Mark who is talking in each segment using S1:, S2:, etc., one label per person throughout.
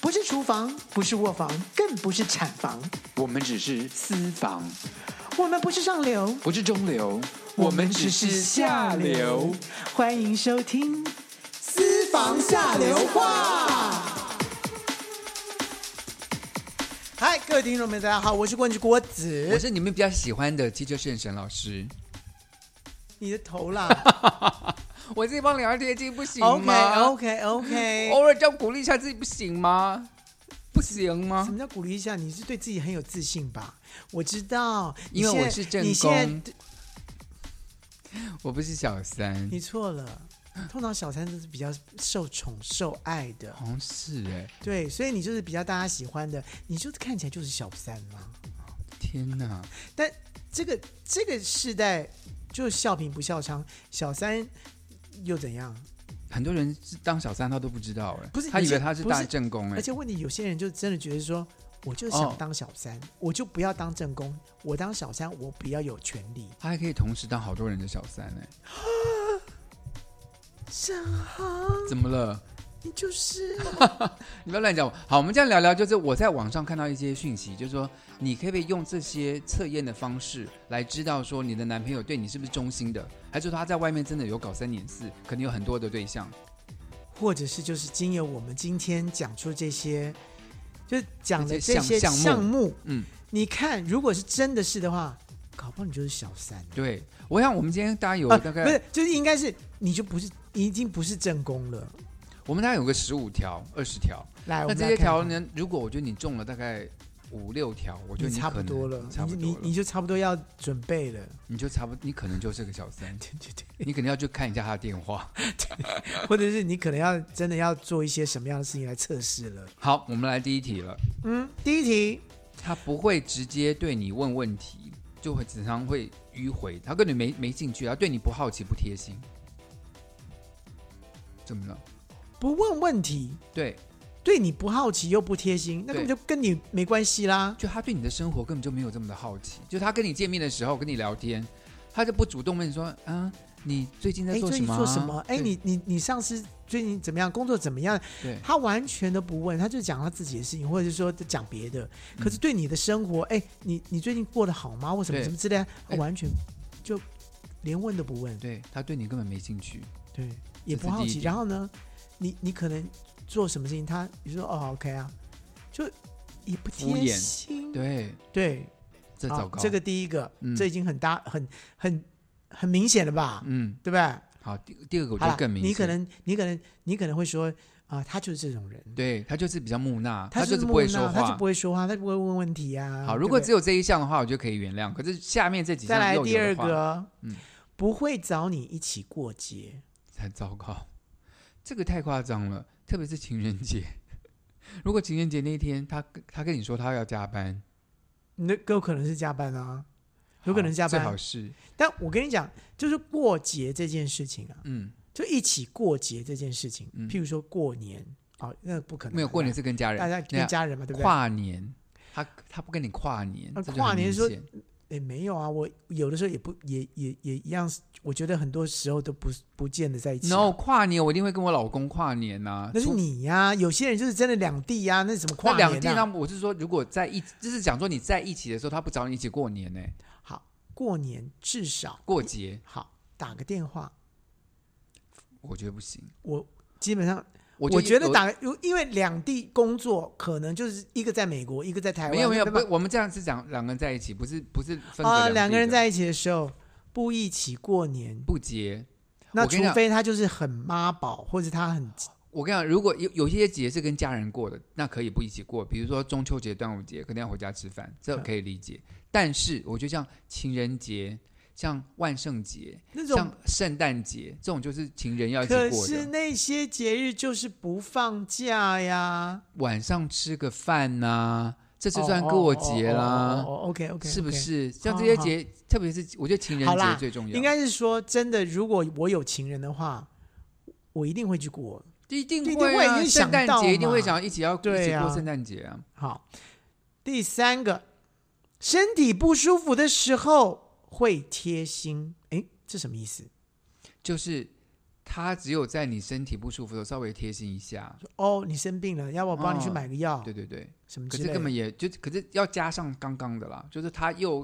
S1: 不是厨房，不是卧房，更不是产房，
S2: 我们只是私房，
S1: 我们不是上流，
S2: 不是中流，
S1: 我
S2: 我们只是下流。。
S1: 欢迎收听《私房下流话》。嗨，各位听众们，大家好，我是冠之郭
S2: 我
S1: 子。
S2: 是你们比较喜欢的 Teacher 圣神老师。
S1: 你的头啦
S2: 我自己帮你聊贴近不 行
S1: ，OK
S2: 吗
S1: OK OK。
S2: 偶尔这样鼓励一下自己不行吗？不行
S1: 什
S2: 吗？
S1: 么叫鼓励一下？你是对自己很有自信吧？我知道，
S2: 因为
S1: 你现
S2: 我是正
S1: 你现在
S2: 我不是小三，
S1: 你错了。通常小三都是比较受宠受爱的，
S2: 好像是哎、
S1: 对，所以你就是比较大家喜欢的，你就是看起来就是小三嘛。
S2: 天哪！
S1: 但这个这个世代就是笑贫不笑娼，小三又怎样？
S2: 很多人是当小三他都不知道哎、
S1: 不是
S2: 他
S1: 有
S2: 以
S1: 些
S2: 为他是
S1: 不是
S2: 大正宫哎、
S1: 而且问题，有些人就真的觉得说，我就想
S2: 哦
S1: 当小三，我就不要当正宫，我当小三，我比较有权利，
S2: 他还可以同时当好多人的小三哎、
S1: 正好，
S2: 怎么了？
S1: 你就是
S2: 你不要乱讲。好，我们这样聊聊，就是我在网上看到一些讯息，就是说你可不可以用这些测验的方式来知道说你的男朋友对你是不是忠心的，还是说他在外面真的有搞三年四，可能有很多的对象？
S1: 或者是就是经由我们今天讲出这些，就是讲的
S2: 这些
S1: 这些
S2: 项项目
S1: 项目，
S2: 嗯，
S1: 你看，如果是真的是的话，搞不好你就是小三。
S2: 对，我想我们今天大概有
S1: 啊，
S2: 大概、
S1: 不是，就是应该是你就不是你已经不是正宫了。
S2: 我们大概有个十五条、二十条，
S1: 来，我
S2: 那
S1: 们
S2: 这
S1: 来
S2: 些
S1: 看
S2: 条
S1: 看，
S2: 呢？如果我觉得你中了大概五六条，我觉得
S1: 你
S2: 你
S1: 差
S2: 可
S1: 不
S2: 能
S1: 多了，
S2: 差不
S1: 你
S2: 多
S1: 你你
S2: 了，
S1: 就差不多要准备 了。
S2: 你就差不，你可能就是个小三，
S1: 对对对，
S2: 你可能要去看一下他的电话。
S1: 或者是你可能要真的要做一些什么样的事情来测试了。
S2: 好，我们来第一题了。
S1: 嗯，第一题，
S2: 他不会直接对你问问题，就会常常会迂回，他根本没没兴趣，他对你不好奇不贴心，怎么了？
S1: 不问问题，
S2: 对，
S1: 对你不好奇又不贴心，那根本就跟你没关系啦。
S2: 就他对你的生活根本就没有这么的好奇，就他跟你见面的时候跟你聊天，他就不主动问你说啊，你最近在
S1: 哎，
S2: 做
S1: 最近
S2: 什么啊、
S1: 做什么？哎，
S2: 对
S1: 你你你上司最近怎么样？工作怎么样？
S2: 对
S1: 他完全都不问，他就讲他自己的事情，或者是说讲别的。可是对你的生活，哎、你你最近过得好吗？或什么
S2: 嗯对
S1: 什么之类的，他
S2: 哎
S1: 完全就连问都不问，
S2: 对他对你根本没兴趣，
S1: 对，也
S2: 这
S1: 不
S2: 是
S1: 好
S2: 第一
S1: 奇。
S2: 点
S1: 然后呢，你你可能做什么事情，他你说哦 OK 啊，就也不
S2: 敷
S1: 贴
S2: 衍
S1: 心，
S2: 对，
S1: 对，
S2: 这
S1: 好
S2: 糟糕。
S1: 哦这个第一个，
S2: 嗯
S1: 这已经很大很很很明显了吧，
S2: 嗯，
S1: 对不对？
S2: 好，第第二个我
S1: 好
S2: 觉
S1: 啦
S2: 得更明显，
S1: 你可能你可能你可能会说啊、他就是这种人。
S2: 对他就是比较木讷，
S1: 他
S2: 就是
S1: 木
S2: 不会
S1: 讷
S2: 说
S1: 他
S2: 话
S1: 就，不会说话，他就不会问问题啊。
S2: 好，
S1: 对
S2: 如
S1: 不
S2: 果
S1: 对
S2: 只有这一项的话，我就可以原谅。可是下面这几项
S1: 再来
S2: 又有
S1: 第二
S2: 的话
S1: 个，
S2: 嗯
S1: 不会找你一起过节，
S2: 才糟糕，这个太夸张了，特别是情人节。 如果情人节那一天他他跟你说他要加班，
S1: 那有可能是加班啊，有可能
S2: 好
S1: 加
S2: 最好
S1: 班。啊
S2: 是
S1: 但我跟你讲，就是过节这件事情啊，
S2: 嗯，
S1: 就一起过节这件事情，
S2: 嗯
S1: 譬如说过年，好，那不可能啊
S2: 没有过年是跟家人，
S1: 大家
S2: 那
S1: 跟家人嘛，对不对？
S2: 跨年，他他不跟你跨年，
S1: 啊
S2: 这就
S1: 跨
S2: 很
S1: 年
S2: 明
S1: 说
S2: 显
S1: 也没有啊，我有的时候也不也也也一样，我觉得很多时候都不不见得在一起啊。
S2: no 跨年，我一定会跟我老公跨年呐、
S1: 那是
S2: 除
S1: 你呀、有些人就是真的两地呀、那怎么跨
S2: 那
S1: 年、啊？
S2: 两地呢？我是说，如果在一，就是讲说你在一起的时候，他不找你一起过年呢、
S1: 好，过年至少
S2: 过节
S1: 好打个电话。
S2: 我觉得不行。
S1: 我基本上，
S2: 我
S1: 我觉
S2: 有
S1: 得打如因为两地工作，可能就是一个在美国，一个在台湾，
S2: 没有没有，
S1: 对
S2: 不
S1: 吧，
S2: 我们这样是讲两个人在一起，不是不是分隔
S1: 啊，
S2: 地
S1: 两个人
S2: 的
S1: 在一起的时候不一起过年，
S2: 不结。
S1: 那
S2: 我跟
S1: 除
S2: 你讲
S1: 非他就是很妈宝，或者他很
S2: 我跟你讲，如果有有些节是跟家人过的，那可以不一起过，比如说中秋节、端午节，可能要回家吃饭，这
S1: 嗯
S2: 可以理解。但是我觉得像情人节、像万圣节、
S1: 那种
S2: 像。圣诞节这种，就是情人要一起
S1: 可
S2: 过
S1: 是
S2: 的，
S1: 那些节日就是不放假呀，
S2: 晚上吃个饭呐、这
S1: 这
S2: 就算过节啦，
S1: 哦，OK OK，
S2: 是不？是？像这些节，特别是我觉得情人
S1: 好啦
S2: 节最重要，
S1: 应该是说真的，如果我有情人的话，我一定会去过。
S2: 一定
S1: 一定
S2: 会啊，
S1: 会一定
S2: 圣
S1: 想
S2: 诞
S1: 到
S2: 节一定会
S1: 嘛
S2: 想要一起要一
S1: 对
S2: 起过
S1: 啊
S2: 圣诞节啊。
S1: 好，第三个，身体不舒服的时候会贴心。诶，这什么意思？
S2: 就是他只有在你身体不舒服的时候稍微贴心一下。
S1: 哦，你生病了，要不我帮你去
S2: 哦
S1: 买个药，
S2: 对对对，
S1: 什么
S2: 可
S1: 之
S2: 是
S1: 类
S2: 根
S1: 的。
S2: 本也就可是要加上刚刚的啦，就是他又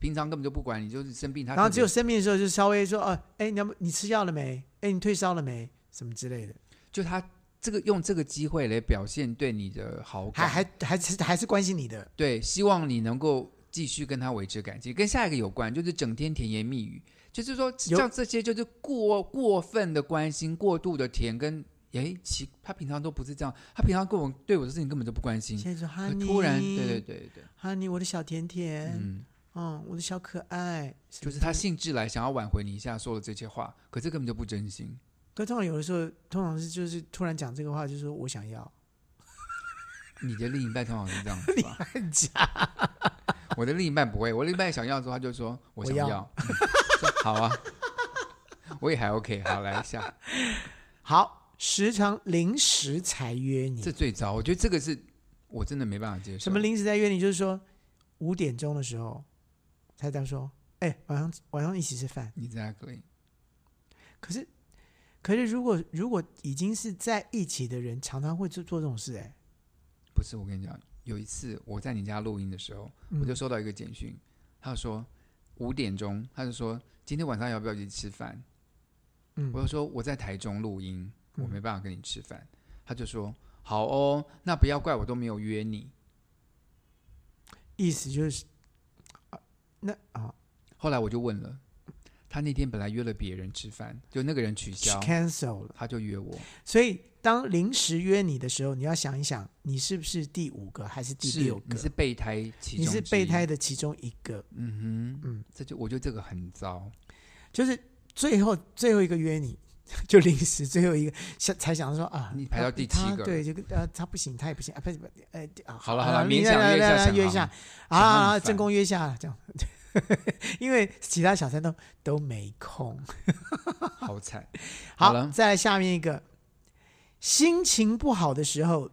S2: 平常根本就不管你，就是生病他
S1: 然后
S2: 特
S1: 只
S2: 别
S1: 有生病的时候，就稍微说，哦，哎，你要不你吃药了没？哎，你退烧了没？什么之类的，
S2: 就他这个用这个机会来表现对你的好
S1: 还
S2: 感，
S1: 还还是还是关心你的。
S2: 对，希望你能够继续跟他维持感情。跟下一个有关，就是整天甜言蜜语，就是说
S1: 有
S2: 像这些就是过过分的关心、过度的甜跟。诶，奇，他平常都不是这样，他平常跟我对我的事情根本就不关心，
S1: 现在说
S2: 可
S1: honey，
S2: 嗯突然，对对对对，
S1: ，honey，我的小甜甜，
S2: 嗯，
S1: 嗯，我的小可爱，什
S2: 就
S1: 么之
S2: 是他
S1: 类的
S2: 兴致来想要挽回你一下，说了这些话，可是根本就不真心。
S1: 可通常有的时候，通常是就是突然讲这个话，就说我想 要。
S2: 你的另一半通常是这样子吧？ 我的另一半不会，我另一半想要的时候，他就说我想
S1: 我要
S2: 要， 嗯说好啊， 我也还 OK，好来一下，
S1: 好，时常临时才约你
S2: 这，最糟，我觉得这个是我真的没办法接受。
S1: 什么？临时才约你，就是说五点钟的时候才这样说，哎，晚上晚上一起吃饭。
S2: 你在可以？
S1: 可是，可是如果如果已经是在一起的人，常常会做做这种事、哎，
S2: 不是，我跟你讲，有一次我在你家录音的时候，
S1: 嗯
S2: 我就收到一个简讯，他说五点钟，他就说今天晚上要不要去吃饭？
S1: 嗯
S2: 我就说我在台中录音，我
S1: 嗯
S2: 没办法跟你吃饭。他就说好哦，那不要怪我都没有约你。
S1: 意思就是，啊那啊、
S2: 后来我就问了，他那天本来约了别人吃饭，就那个人取
S1: 去
S2: 消，
S1: cancel 了。
S2: 他就约我，
S1: 所以当临时约你的时候，你要想一想，你是不是第五个还是第
S2: 是
S1: 六
S2: 你
S1: 个？
S2: 是备胎其中，
S1: 你是备胎，的其中一个。
S2: 嗯哼，
S1: 嗯
S2: 这就我觉得这个很糟，
S1: 就是最后最后一个约你， 就临时最后一个想才想说啊，
S2: 你排到第
S1: 他
S2: 七
S1: 他
S2: 个
S1: 对，就呃他不行，他也不行啊，不是不呃啊，
S2: 好了好了
S1: 啊
S2: 勉
S1: 来
S2: 强
S1: 来
S2: 约一下
S1: 来来
S2: 想
S1: 约一
S2: 好
S1: 下
S2: 想好很
S1: 啊，
S2: 烦
S1: 正宫约一下这样， 因为其他小三都都没空。
S2: 好惨。 好
S1: 好，
S2: 了
S1: 再来下面一个，心情不好的时候，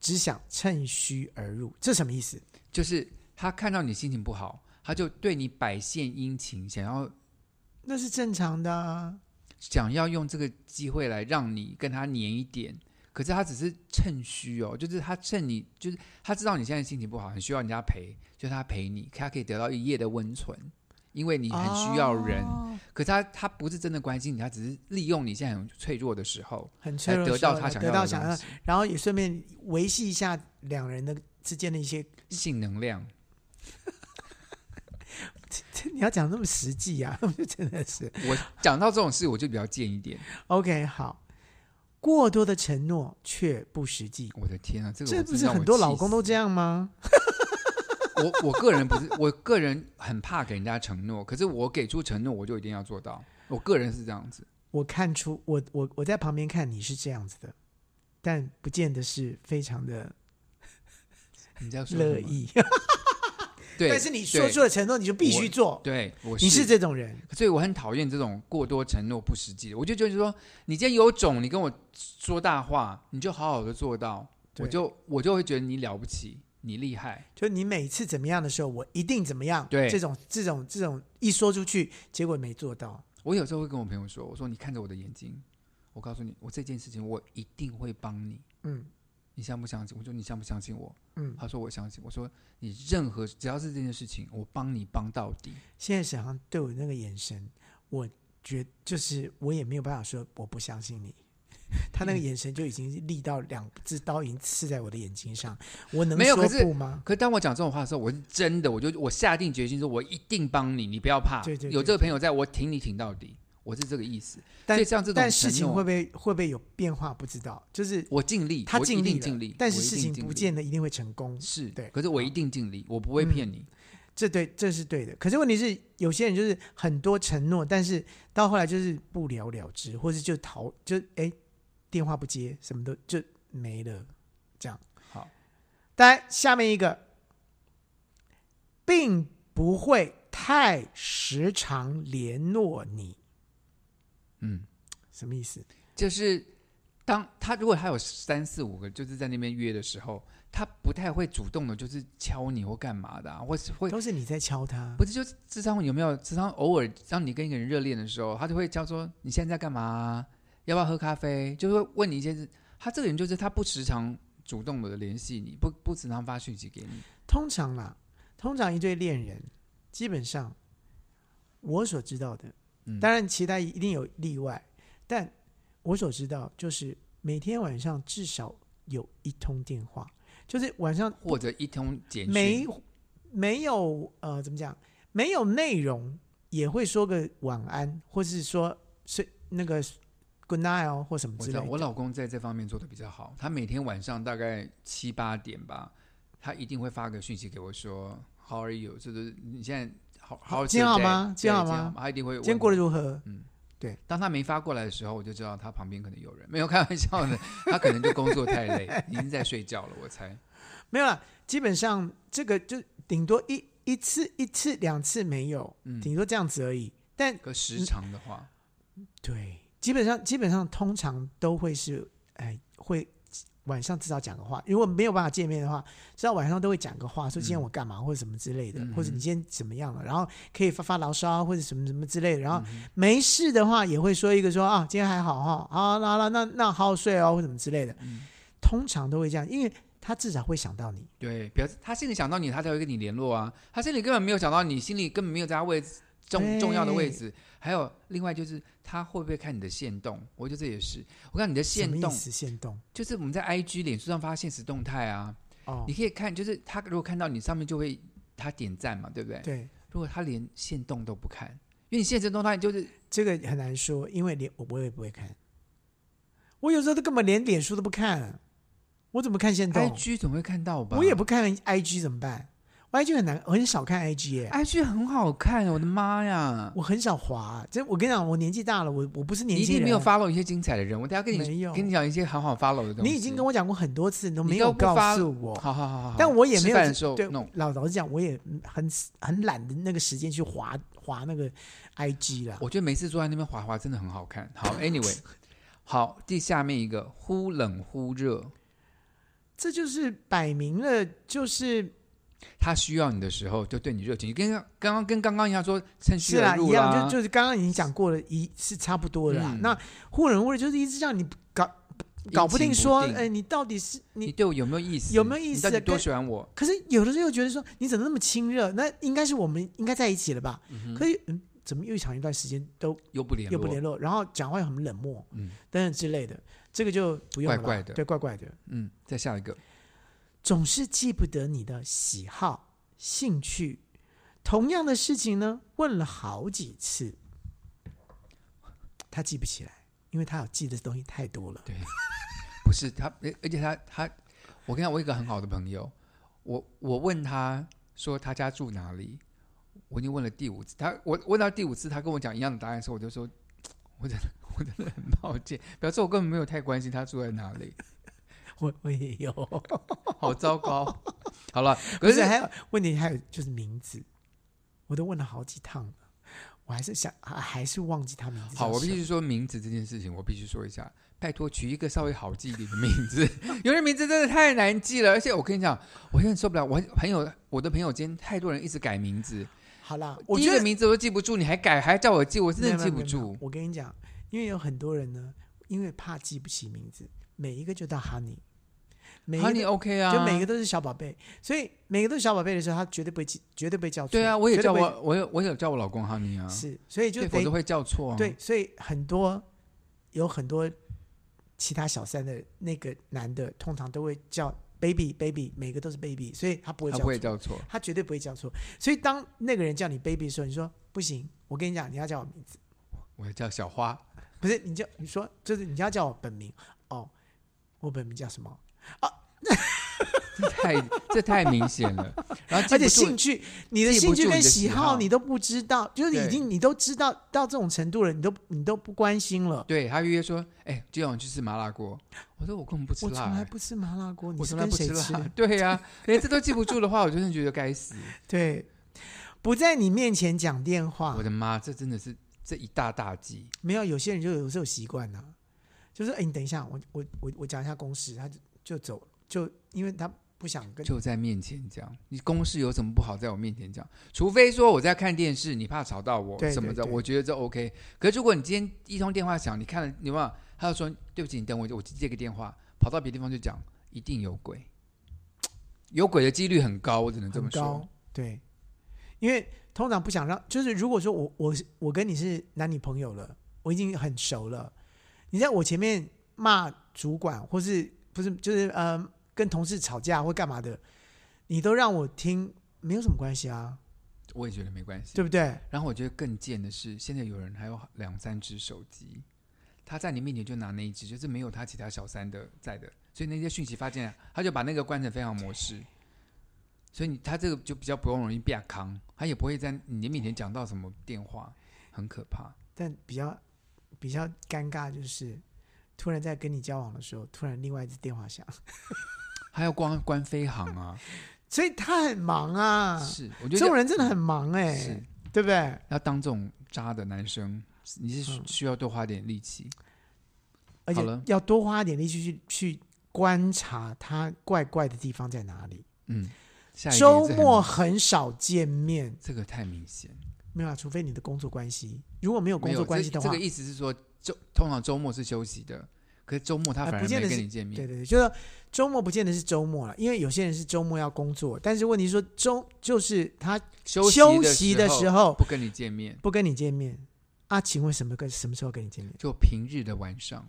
S1: 只想趁虚而入，这什么意思？
S2: 就是他看到你心情不好，他就对你百现殷勤，想要
S1: 那是正常的、啊，
S2: 想要用这个机会来让你跟他黏一点。可是他只是趁虚哦，就是他趁你，就是他知道你现在心情不好，很需要人家陪，就他陪你，他可以得到一夜的温存，因为你很需要人。
S1: 哦
S2: 可是他他不是真的关心你，他只是利用你现在很脆弱的时候，
S1: 很脆
S2: 才
S1: 弱的
S2: 得
S1: 时候，
S2: 到他想
S1: 得
S2: 要
S1: 到
S2: 的
S1: 想要
S2: 东，西
S1: 然后也顺便维系一下两人的之间的一些
S2: 性能量。
S1: 你要讲那么实际呀、啊， 就真的是
S2: 我讲到这种事，我就比较贱一点。
S1: OK 好。过多的承诺却不实际，
S2: 我的天啊，这个
S1: 这
S2: 我
S1: 不
S2: 真
S1: 是
S2: 让
S1: 很
S2: 我
S1: 多
S2: 气
S1: 老公
S2: 死
S1: 都这样吗？
S2: 我我个人不是，我个人很怕给人家承诺，可是我给出承诺，我就一定要做到。我个人是这样子，
S1: 我看出我我我在旁边看你是这样子的，但不见得是非常的
S2: 你在说什么
S1: 乐，意。
S2: 对，
S1: 但是你说
S2: 对
S1: 出了承诺，你就必须做。
S2: 对，我
S1: 你是这种人，
S2: 所以我很讨厌这种过多承诺不实际的。我就觉得说，你今天有种，你跟我说大话，你就好好的做到，
S1: 对
S2: 我就我就会觉得你了不起，你厉害。
S1: 就你每次怎么样的时候，我一定怎么样。
S2: 对
S1: 这种这种这种一说出去，结果没做到。
S2: 我有时候会跟我朋友说，我说你看着我的眼睛，我告诉你，我这件事情我一定会帮你。
S1: 嗯
S2: 你相不相信？我说你相不相信我？
S1: 嗯，
S2: 他说我相信。我说你任何只要是这件事情，我帮你帮到底。
S1: 现在沈航对我那个眼神，我觉就是我也没有办法说我不相信你。 他
S2: 嗯
S1: 那个眼神就已经立到两只刀已经刺在我的眼睛上，我能
S2: 没有
S1: 说
S2: 可是
S1: 不吗？
S2: 可是当我讲这种话的时候，我是真的，我就我下定决心说，我一定帮你，你不要怕。
S1: 对对对
S2: 有这个朋友在，我挺你挺到底，我是这个意思。
S1: 但
S2: 所以像这种
S1: 但事情
S2: 承诺
S1: 会不会会不会有变化？不知道，就是
S2: 我尽力，
S1: 他
S2: 我一
S1: 尽力
S2: 定
S1: 了
S2: 尽力，
S1: 但是
S2: 我一
S1: 事
S2: 定
S1: 情
S2: 尽
S1: 不
S2: 力
S1: 见得一定会成功，
S2: 是
S1: 对嗯
S2: 可是我一定尽力，我不会骗你。
S1: 这对这是对的。可是问题是，有些人就是很多承诺，但是到后来就是不了了之，或者就逃，就哎电话不接，什么都就没了。
S2: 好，
S1: 来，下面一个，并不会太时常联络你，
S2: 嗯，
S1: 什么意思？
S2: 就是当他如果他有三四五个就是在那边约的时候，他不太会主动的，就是敲你或干嘛的、啊，或是会
S1: 都是你在敲他
S2: 不。是就是智商有没有智商？偶尔让你跟一个人热恋的时候，他就会教说你现在在干嘛啊，要不要喝咖啡，就会问你一些事。他这个人就是他不时常主动的联系你，不不时常发讯息给你。
S1: 通常啦，通常一对恋人，基本上我所知道的，
S2: 嗯
S1: 当然其他一定有例外，但我所知道就是每天晚上至少有一通电话，就是晚上
S2: 或者一通简讯，
S1: 没没有呃怎么讲，没有内容也会说个晚安，或是说睡那个 good night 哦或什么
S2: 我
S1: 之
S2: 知
S1: 类
S2: 道
S1: 的。
S2: 我老公在这方面做的比较好，他每天晚上大概七八点吧，他一定会发个讯息给我说 How are you？就是你现在好好
S1: 今天好吗今
S2: 今
S1: 天好吗
S2: 吗？他一定会问
S1: 今天过得。如何？
S2: 嗯当他没发过来的时候，我就知道他旁边可能有人。没有开玩笑的，他可能就工作太 累，已经在睡觉了。我猜
S1: 没有啦，基本上这个就顶多一一次、一次、两次没有，
S2: 嗯
S1: 顶多这样子而已。但
S2: 可时长的话，
S1: 对，基本上基本上通常都会是，哎，会晚上至少讲个话。如果没有办法见面的话，至少晚上都会讲个话，说今天我干嘛、或者什么之类的，
S2: 嗯
S1: 或者你
S2: 嗯
S1: 今天怎么样了，然后可以发发牢骚或者什么什么之类的。然后
S2: 嗯哼
S1: 没事的话也会说一个说啊，今天还好哈，啊，那那那那好好睡哦，或什么之类的。
S2: 嗯
S1: 通常都会这样，因为他至少会想到你。
S2: 对，表示他心里想到你，他才会跟你联络啊。他心里根本没有想到你，心里根本没有在他位置重重要的位置。还有另外就是他会不会看你的线动？我觉得这也是，我看你的
S1: 什么
S2: 线
S1: 意
S2: 动，
S1: 思？限动
S2: 就是我们在 IG、脸书上发现实动态啊，
S1: 哦
S2: 你，可以看，就是他如果看到你上面就会他点赞嘛，对不对？
S1: 对，
S2: 如果他连线动都不看，因为你现实动态就是
S1: 这个很难说，因为连我我也不会看，我有时候都根本连脸书都不看，我怎么看限动？
S2: IG 总会看到吧？
S1: 我也不看 IG 怎么办？我 IG 很难，我很少看 IG 耶、
S2: ，IG 很好看，我的妈呀！
S1: 我很少滑、这我跟你讲，我年纪大了，我我不是
S2: 你
S1: 年
S2: 一
S1: 轻
S2: 定
S1: 人，
S2: 没有 follow 一些精彩的人，我等一下跟
S1: 没
S2: 你
S1: 有
S2: 跟你讲一些好好 follow 的东西。
S1: 你已经跟我讲过很多次，你都
S2: 你
S1: 没
S2: 都
S1: 有
S2: 不
S1: 告
S2: 发
S1: 诉我。
S2: 好好好好好，
S1: 但我也没
S2: 吃
S1: 有
S2: 饭的时候
S1: 对
S2: 弄。
S1: 老老实讲，我也很很懒的那个时间去划划那个 IG 啦。
S2: 我觉得每次坐在那边滑滑真的很好看。好，anyway，好，第下面一个忽冷忽热，
S1: 这就是摆明了就是
S2: 他需要你的时候就对你热情，跟刚刚刚跟刚刚一样说趁虚
S1: 是
S2: 而
S1: 啦，
S2: 入
S1: 一
S2: 啦，
S1: 样就就是刚刚已经讲过了，一是差不多了啦。
S2: 嗯
S1: 那忽冷忽热就是一直让你搞
S2: 阴
S1: 搞不定
S2: 晴
S1: 说，
S2: 定
S1: 哎，你到底是
S2: 你
S1: 你？
S2: 对我有没有意思？
S1: 有没有意思
S2: 你到底多
S1: 跟
S2: 喜欢我？
S1: 可是有的时候又觉得说，你怎么那么亲热？那应该是我们应该在一起了吧？
S2: 嗯哼
S1: 可是嗯，怎么又长一段时间都
S2: 又不联
S1: 又不
S2: 络
S1: 联络，然后讲话又很冷漠，
S2: 嗯
S1: 等等之类的，这个就不用了啦，
S2: 怪怪的
S1: 对，怪怪的。
S2: 嗯，再下一个，
S1: 总是记不得你的喜好、兴趣。同样的事情呢，问了好几次，他记不起来，因为他有记的东西太多 了。
S2: 不是他，而而且他他，我跟他我有一个很好的朋友，我我问他说他家住哪里，我已经问了第五次，他我问到第五次，他跟我讲一样的答案的时候，我就说，我真的我真的很抱歉，表示我根本没有太关心他住在哪里，
S1: 我我也 有，
S2: 好糟糕。 好了，
S1: 不
S2: 可
S1: 是
S2: 是
S1: 还有问题，还有就是名字，我都问了好几趟了，我还是想还还是忘记他名字叫什
S2: 好，
S1: 么。
S2: 我必须说名字这件事情，我必须说一下，拜托取一个稍微好记一点的名字， 有人名字真的太难记了，而且我跟你讲，我现在受不了，我朋友我的朋友间太多人一直改名字，
S1: 好啦，我
S2: 第一
S1: 觉
S2: 个
S1: 得
S2: 名字我都记不住，你还改还叫我记，我真的
S1: 没有
S2: 记
S1: 没有
S2: 不
S1: 没有
S2: 住。
S1: 我跟你讲，因为有很多人呢，因为怕记不起名字，每一个就到 Honey，每一
S2: 哈，
S1: 个
S2: 你 OK 啊？
S1: 就每个都是小宝贝，所以每个都是小宝贝的时候，他绝对不会记，绝对不会叫错。
S2: 对啊，我也
S1: 绝对
S2: 叫
S1: 不会、
S2: 我，我有我有叫我老公哈尼啊，
S1: 是，所以就
S2: 对，
S1: 得
S2: 否则会叫错啊。
S1: 对，所以很多有很多其他小三的那个男的，通常都会叫 baby baby，每个都是 baby，所以他不会
S2: 他
S1: 叫
S2: 不
S1: 错
S2: 会，叫错。
S1: 他绝对不会叫错。所以当那个人叫你 baby 的时候，你说不行，我跟你讲，你要叫我名字，
S2: 我要叫小花，
S1: 不是你叫你说就是你要叫我本名哦，我本名叫什么？
S2: 这太这太明显了。然后记
S1: 而且
S2: 不住
S1: 兴趣，你的
S2: 记不
S1: 兴趣
S2: 住
S1: 跟
S2: 你的
S1: 喜
S2: 喜
S1: 好
S2: 好
S1: 你都不知道，就是
S2: 对
S1: 已经你都知道到这种程度了，你都你都不关心了。
S2: 对他约说，哎、今晚去吃麻辣锅。我说我根本不吃
S1: 我
S2: 辣、
S1: 从来
S2: 欸，
S1: 不吃麻辣锅，你
S2: 我
S1: 是
S2: 从来
S1: 跟
S2: 不
S1: 谁
S2: 吃
S1: 吃
S2: 辣？。 对呀、连这都记不住的话，我真的觉得该 死。
S1: 对，不在你面前讲电话
S2: 我，的妈，这真的是这一大大忌。
S1: 没有有些人就有这种习惯呢、就是哎、你等一下，我我我我讲一下公式，他就就走，就因为他不想跟，
S2: 就在面前讲，你公事有什么不好在我面前讲？除非说我在看电视，你怕吵到我
S1: 对
S2: 什么的，
S1: 对对
S2: 我觉得这 OK。可是如果你今天一通电话响，你看了，你有没有？他就说对不起，你等我，我接个电话，跑到别的地方就讲，一定有鬼，有鬼的几率很高，我只能这
S1: 很
S2: 么
S1: 高
S2: 说。，
S1: 对，因为通常不想让，就是如果说我我是我跟你是男女朋友了，我已经很熟了，你在我前面骂主管或是不是就是呃跟同事吵架或干嘛的，你都让我听，没有什么关系啊，
S2: 我也觉得没关系。
S1: 对不对？
S2: 然后我觉得更贱的是，现在有人还有两三只手机，他在你面前就拿那一只，就是没有他其他小三的在的，所以那些讯息发进来，他就把那个关成飞行模式。所以你他这个就比较不容易变康，他也不会在你面前讲到什么电话，很可怕。
S1: 但比较比较尴尬就是，突然在跟你交往的时候，突然另外一只电话响，
S2: 还有关关飞航啊，
S1: 所以他很忙啊，
S2: 是我觉
S1: 这
S2: 得
S1: 种人真的很忙哎、
S2: 是
S1: 对不对？
S2: 要当这种渣的男生，你是需
S1: 嗯
S2: 需要多花点力气。
S1: 而
S2: 好了
S1: 且要多花一点力气去去观察他怪怪的地方在哪里。
S2: 嗯，下一个
S1: 周
S2: 也是很
S1: 末很少见面，
S2: 这个太明显。
S1: 没有啊，除非你的工作关系。如果没有哦
S2: 没
S1: 工
S2: 有
S1: 作关系
S2: 这
S1: 的话
S2: 这，个意思是说，周通常周末是休息的，可是周末他
S1: 哎
S2: 反而
S1: 不见得
S2: 没跟
S1: 是
S2: 你见面。
S1: 对对对，就是周末不见得是周末了，因为有些人是周末要工作，但是问题是说周就是他
S2: 休
S1: 休
S2: 息
S1: 息的
S2: 的时
S1: 时
S2: 候
S1: 候
S2: 不跟你见面，
S1: 不跟你见面啊？请问什么跟什么时候跟你见面？
S2: 就平日的晚上，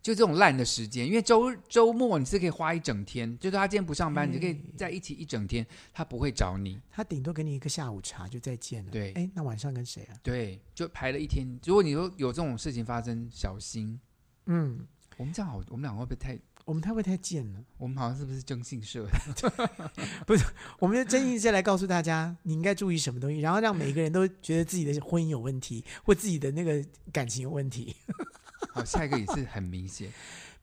S2: 就这种烂的时间，因为周周末你是可以花一整天，就是他今天不上班，
S1: 哎
S2: 你可以在一起一整天，他不会找你。
S1: 他顶多给你一个下午茶就再见了。
S2: 对
S1: 哎，那晚上跟谁啊？
S2: 对，就排了一天。如果你说有这种事情发生，小心。
S1: 嗯，
S2: 我们这样好，我们两个会不会太？
S1: 我们太会太贱了。
S2: 我们好像是不是征信社？
S1: 我们就真心是来告诉大家，你应该注意什么东西，然后让每一个人都觉得自己的婚姻有问题，或自己的那个感情有问题。
S2: 好，下一个也是很明显。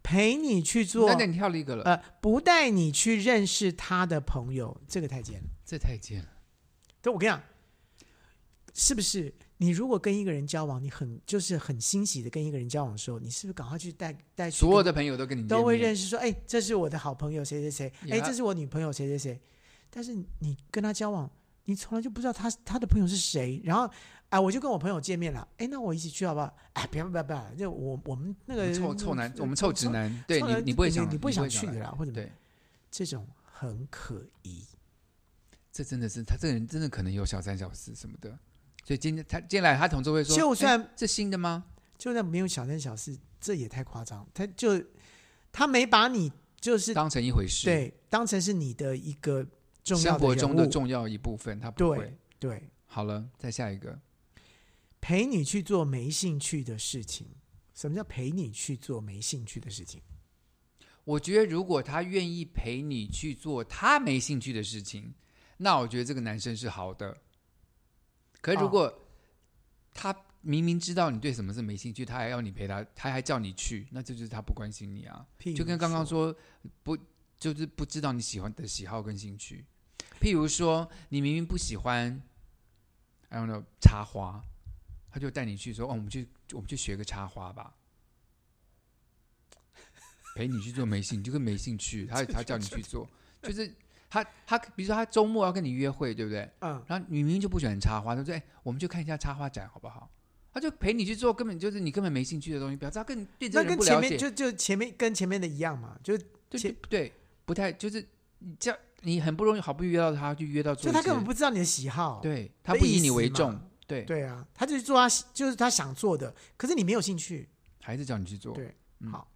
S1: 陪你去 做
S2: 那，那你跳了一个了，
S1: 呃，不带你去认识他的朋友，这个太贱了。
S2: 这太贱了。
S1: 对，我跟你讲，是不是？你如果跟一个人交往，你很就是很欣喜的跟一个人交往的时候，你是不是赶快去带带去
S2: 所有
S1: 跟
S2: 的朋友都跟你见
S1: 都会
S2: 面
S1: 认识说，哎，这是我的好朋友谁谁谁，哎，
S2: 呀
S1: 这是我女朋友谁谁谁。但是你跟他交往，你从来就不知道他他的朋友是谁。然后，哎，我就跟我朋友见面了，哎，那我一起去好不好？哎，不要不要不要，就我我们那
S2: 我
S1: 个
S2: 们臭臭男，我们臭直，男，对
S1: 臭
S2: 你
S1: 男
S2: 你不会想，
S1: 你不会想去的
S2: 来
S1: 啦，或嗯者
S2: 对，
S1: 这种很可疑。
S2: 这真的是他这个人真的可能有小三小四什么的，所以今天他接下来他同事会说，
S1: 就
S2: 哎
S1: 算
S2: 这新的吗？
S1: 就算没有小三小四，这也太夸张。他就他没把你就是
S2: 当成一回事，，
S1: 对当成是你的一个重要
S2: 生
S1: 的
S2: 活
S1: 人
S2: 中的
S1: 物，
S2: 重要一部分，他不会
S1: 对。对，
S2: 好了，再下一个，
S1: 陪你去做没兴趣的事情。什么叫陪你去做没兴趣的事情？
S2: 我觉得如果他愿意陪你去做他没兴趣的事情，那我觉得这个男生是好的。可如
S1: 哦
S2: 果他明明知道你对什么是没兴趣，他还要你陪他，他还叫你去，那这就是他不关心你啊。
S1: 譬如
S2: 就跟刚刚说不，就是不知道你喜欢的喜好跟兴趣。譬如说，你明明不喜欢，I don't know 插花，他就带你去说，哦，我们去我们去学个插花吧，陪你去做没兴，你就跟没兴趣，他他叫你去做，就是他他比如说他周末要跟你约会，对不对？
S1: 嗯，
S2: 然后你明明就不喜欢插花，他说：“哎，我们去看一下插花展好不好？”他就陪你去做，根本就是你根本没兴趣的东西，表示他更对这
S1: 那
S2: 个人
S1: 跟
S2: 不
S1: 前
S2: 了解
S1: 面。就就前面跟前面的一样嘛，就
S2: 对
S1: 且
S2: 对对，不太就是你这样，你很不容易好不容易约到他，就约到做
S1: 就
S2: 一些，
S1: 他根本不知道你的喜好，
S2: 对他
S1: 的
S2: 不以
S1: 意
S2: 你
S1: 思
S2: 为
S1: 嘛
S2: 重，对，
S1: 对啊，他就是做他就是他想做的，可是你没有兴趣，
S2: 还是叫你去做。
S1: 对
S2: 嗯
S1: 好，